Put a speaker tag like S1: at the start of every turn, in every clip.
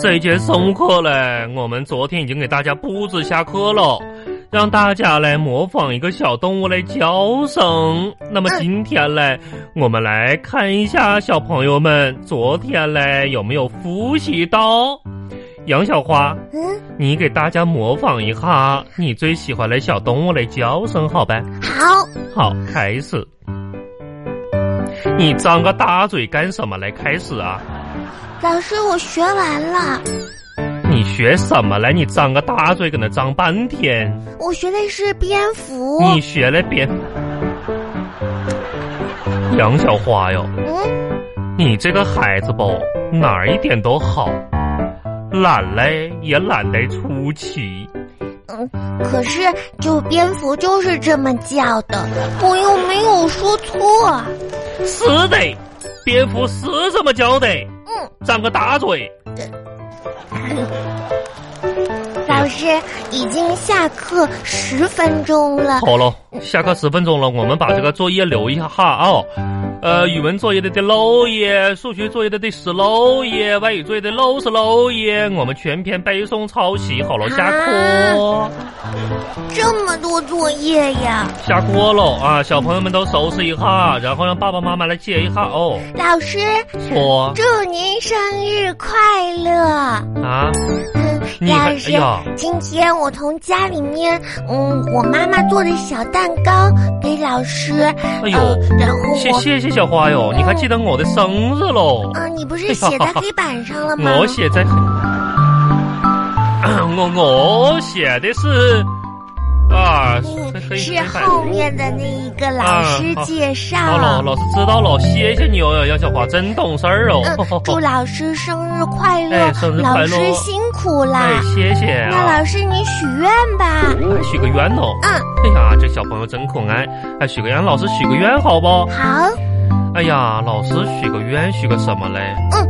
S1: 这节生课嘞，我们昨天已经给大家布置下课了，让大家来模仿一个小动物来叫声。那么今天嘞，我们来看一下小朋友们昨天嘞有没有复习到。杨小花，
S2: 嗯，
S1: 你给大家模仿一下你最喜欢的小动物的叫声，好呗？
S2: 好，
S1: 好，开始。你张个大嘴干什么嘞？开始啊！
S2: 老师，我学完了，
S1: 你学什么了？你张个大嘴搁那张半天，
S2: 我学的是蝙蝠。
S1: 你学了别。杨小花哟，
S2: 嗯，
S1: 你这个孩子吧，哪儿一点都好，懒嘞也懒得出奇。
S2: 可是就蝙蝠就是这么叫的，我又没有说错。
S1: 是的，蝙蝠是这么叫的，
S2: 嗯，
S1: 张个大嘴。
S2: 老师已经下课十分钟了，
S1: 好了，下课十分钟了，我们把这个作业留一下哈哦。呃，语文作业的得漏页，数学作业的得十漏页，外语作业的漏十漏页，我们全篇背诵抄袭。好了，下课，哦
S2: 这么多作业呀！
S1: 下课了啊！小朋友们都收拾一下，然后让爸爸妈妈来接一下哦。
S2: 老师，
S1: 说
S2: 祝您生日快乐！
S1: 啊，
S2: 嗯，
S1: 你还
S2: 老
S1: 哎
S2: 师，
S1: 呀，
S2: 今天我从家里面，嗯，我妈妈做的小蛋糕给老师，
S1: 哎
S2: 哎
S1: 呦，
S2: 然后我
S1: 谢谢谢小花哟，你还记得我的生日喽？
S2: 啊，你不是写在黑板上了吗？
S1: 哦哎 我写在， 我我写的是啊，
S2: 嗯
S1: 黑
S2: 是
S1: 黑板
S2: 后面的那一个老师介绍。
S1: 好了，老师知道了，谢谢你哦，杨小华真懂事儿哦。
S2: 嗯，祝老师生日快乐！
S1: 哎生日快乐
S2: 老师辛苦啦
S1: 哎，！谢谢
S2: 那
S1: 啊，
S2: 老师你许愿吧。
S1: 还许个愿哦。
S2: 嗯，
S1: 哎呀，这小朋友真可爱，哎，许个愿，老师许个愿好不好？
S2: 好，
S1: 哎呀，老师许个愿，许个什么嘞？
S2: 嗯，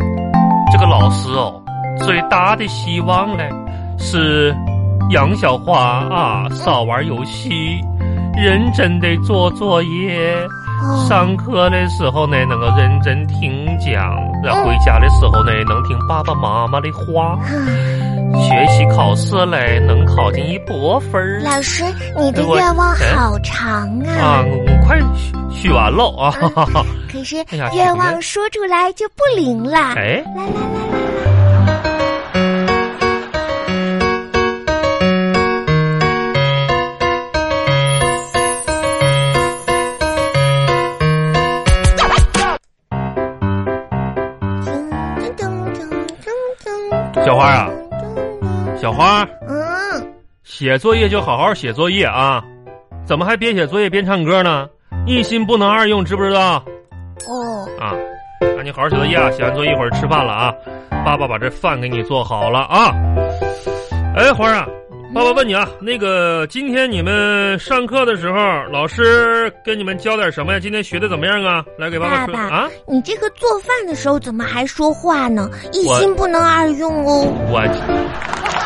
S1: 这个老师哦，最大的希望嘞是杨小花啊少玩游戏，认真的做作业，
S2: 哦，
S1: 上课的时候呢能够认真听讲，然后回家的时候呢能听爸爸妈妈的话，
S2: 嗯
S1: 学习考试嘞能考进一百分儿
S2: 老师你的
S1: 哎我
S2: 愿望
S1: 哎
S2: 好长
S1: 啊！
S2: 啊，
S1: 我我快许许完了啊！哈哈哈。
S2: 可是
S1: 哎呀
S2: 愿望说出来就不灵啦。
S1: 哎，
S2: 来来来，噔噔噔噔噔
S1: 小花啊，
S2: 噔，
S1: 小花儿。
S2: 嗯，
S1: 写作业就好好写作业啊，怎么还边写作业边唱歌呢？一心不能二用，知不知道？
S2: 哦，
S1: 啊，那你好好写作业啊，写完作业一会儿吃饭了啊，爸爸把这饭给你做好了啊。哎，花儿啊，
S2: 嗯
S1: 爸爸问你啊，那个今天你们上课的时候，老师跟你们教点什么呀？今天学的怎么样啊？来给爸爸说
S2: 爸爸
S1: 啊，
S2: 你这个做饭的时候怎么还说话呢？一
S1: 我
S2: 心不能二用哦。
S1: 我。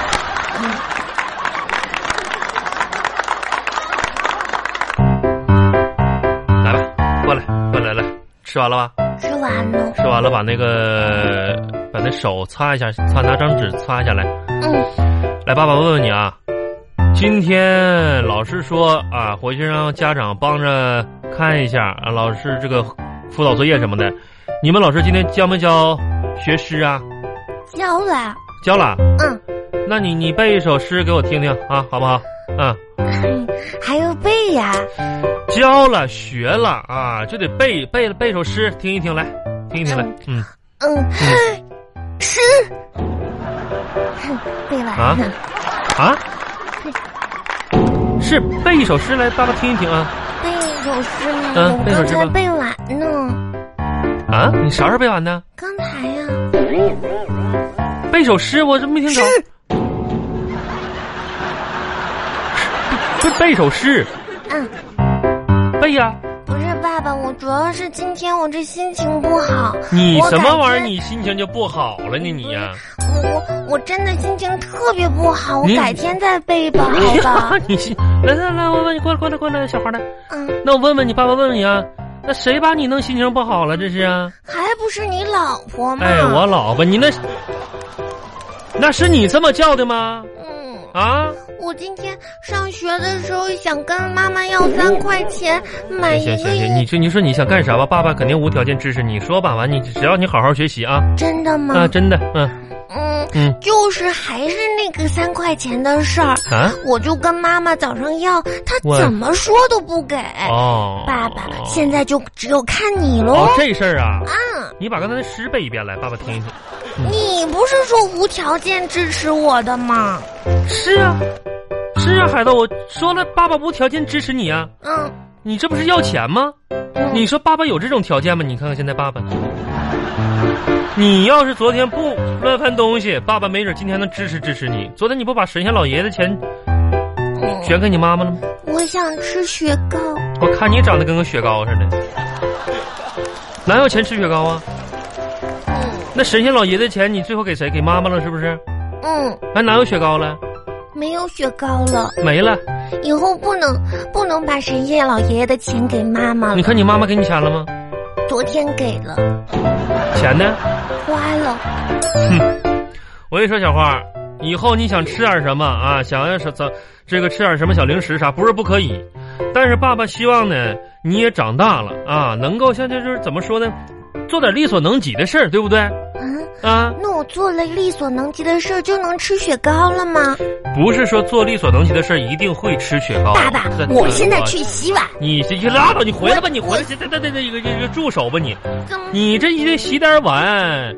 S1: 来吧，过来，过来，来，吃完了吧？
S2: 吃完了，
S1: 吃完了，把那个把那手擦一下，擦拿张纸擦一下来。
S2: 嗯，
S1: 来，爸爸问问你啊，今天老师说啊，回去让家长帮着看一下啊，老师这个辅导作业什么的，你们老师今天教没教学诗啊？
S2: 教了，
S1: 教了。
S2: 嗯，
S1: 那你你背一首诗给我听听啊，好不好？嗯，
S2: 还要背呀、
S1: 教了学了啊，就得背背了背首诗听一听来，听一听来。嗯，
S2: 嗯， 吃，哼背完
S1: 啊
S2: 了。
S1: 啊，是背一首诗来，爸爸听一听啊
S2: 背一首诗吗？
S1: 嗯
S2: 我
S1: 背首
S2: 刚
S1: 诗
S2: 才
S1: 吧
S2: 背完呢，
S1: 啊！你啥时候背完的？
S2: 刚才呀、
S1: 背首诗我这没听着。是背首诗，
S2: 嗯，
S1: 背呀、
S2: 不是爸爸，我主要是今天我这心情不好，
S1: 你
S2: 我
S1: 什么
S2: 感
S1: 玩意儿？
S2: 觉
S1: 你心情就不好了呢？你呀、
S2: 我我真的心情特别不好，我
S1: 你哎
S2: 改天再背吧，好吧？
S1: 你心来来来，我问你，过来过来过来，小花来。
S2: 嗯，
S1: 那我问问你，爸爸问问你啊，那谁把你弄心情不好了？这是啊？
S2: 嗯
S1: 哎
S2: 还不是你老婆吗？
S1: 哎，我老婆，你那那是你这么叫的吗？
S2: 嗯，
S1: 啊？
S2: 我今天上学的时候想跟妈妈要三块钱买
S1: 行
S2: 一
S1: 行
S2: 个
S1: 行，你
S2: 衣，
S1: 这你说你想干啥吧？爸爸肯定无条件支持你。说吧，完你只要你好好学习啊
S2: 真的
S1: 啊，
S2: 吗？
S1: 真的，嗯
S2: 嗯，
S1: 嗯
S2: 就是还是那个三块钱的事儿，
S1: 啊
S2: 我就跟妈妈早上要，她
S1: 我
S2: 怎么说都不给。
S1: 哦，
S2: 哎爸爸，现在就只有看你喽。
S1: 哦这事儿啊，
S2: 嗯，
S1: 你把刚才的诗背一遍来，爸爸听一听。
S2: 你不是说无条件支持我的吗？
S1: 是啊，是啊，孩子，我说了，爸爸无条件支持你啊，
S2: 嗯，
S1: 你这不是要钱吗？
S2: 嗯
S1: 你说爸爸有这种条件吗？你看看现在爸爸，你要是昨天不乱翻东西，爸爸没准今天能支持支持你。昨天你不把神仙老爷的钱
S2: 嗯
S1: 全给你妈妈了吗？
S2: 我想吃雪糕。
S1: 我看你长得跟个雪糕似的，哪有钱吃雪糕啊？
S2: 嗯
S1: 那神仙老爷的钱你最后给谁？给妈妈了是不是？
S2: 嗯，
S1: 还哪有雪糕了？
S2: 没有雪糕了，
S1: 没了。
S2: 以后不能不能把神仙老爷爷的钱给妈妈
S1: 你
S2: 了。
S1: 看你妈妈给你钱了吗？
S2: 昨天给了，
S1: 钱呢？
S2: 花了。啊
S1: 我跟你说，小花儿，以后你想吃点什么啊？想要是怎这个吃点什么小零食啥，不是不可以，但是爸爸希望呢，你也长大了啊，能够像这就是怎么说呢，做点力所能及的事儿，对不对？
S2: 嗯，
S1: 啊，
S2: 那我做了力所能及的事儿就能吃雪糕了吗？
S1: 不是说做力所能及的事儿一定会吃雪糕。
S2: 爸爸
S1: 对，
S2: 我现在去。洗碗。
S1: 你这去拉倒！你回来吧，你
S2: 我
S1: 回来！这这这这这一个这个住手吧你！
S2: 怎么？
S1: 你这一天洗点碗，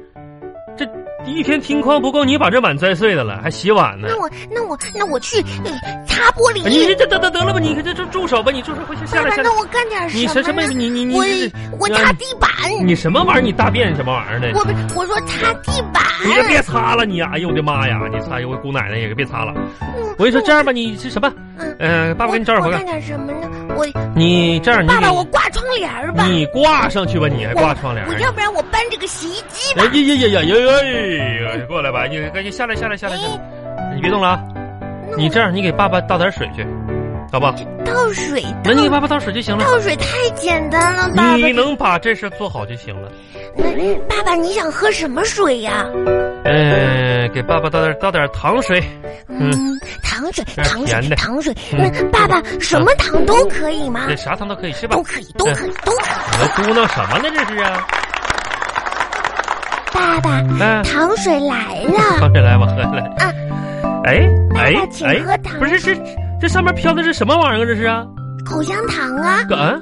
S1: 这一天听筐不够，你把这碗摔碎的了，还洗碗呢？
S2: 那我那我那我去、呃擦玻璃。
S1: 啊哎你这这得得得了吧，你这这住手吧，你住手，快下下
S2: 爸
S1: 来
S2: 爸，
S1: 下来
S2: 那！我干点
S1: 你
S2: 什
S1: 什
S2: 么
S1: 什么
S2: 呢？
S1: 你你你
S2: 我
S1: 这
S2: 我
S1: 你
S2: 擦地板，
S1: 你什么玩意儿？你大便什么玩意儿的？
S2: 我不我说擦地板。
S1: 你这别擦了你！哎呦我的妈呀！你擦！哎呦我姑奶奶也别擦了！我跟你说这样吧，你是什么？
S2: 嗯，
S1: 呃，爸爸给你找点
S2: 我
S1: 回来
S2: 嗯我干。点什么呢？我
S1: 你这样你
S2: 爸爸，
S1: 给
S2: 我挂窗帘儿吧。
S1: 你挂上去吧，你还
S2: 我
S1: 挂窗帘儿啊
S2: 我
S1: 呢？
S2: 要不然我搬这个洗衣机吧
S1: 哎。呀呀呀呀呀哎呀！过来吧，你赶紧下来下来下来下来！你别动了啊！
S2: 那
S1: 哎你这样，你给爸爸倒点水去，好不好？
S2: 我倒水
S1: 那你给
S2: 倒
S1: 爸爸倒水就行了。
S2: 倒水太简单了，爸爸。
S1: 你能把这事做好就行了。
S2: 那爸爸，你想喝什么水呀？
S1: 嗯，给爸爸倒点倒点糖水。
S2: 嗯，糖水，
S1: 这
S2: 糖水
S1: 甜，的
S2: 糖水。
S1: 嗯
S2: 那爸爸什么糖都可以吗
S1: 这？啥糖都可以吃吧
S2: 都？啊可以，都可以，都可以。
S1: 你们嘟囔什么呢？这是啊？
S2: 爸爸，
S1: 嗯，
S2: 糖水来了。
S1: 放这来，我喝来。哎哎
S2: 啊爸爸请喝
S1: 哎，
S2: 糖
S1: 不是这这上面飘的是什么玩意儿啊？这是啊？
S2: 口香糖啊，
S1: 个啊？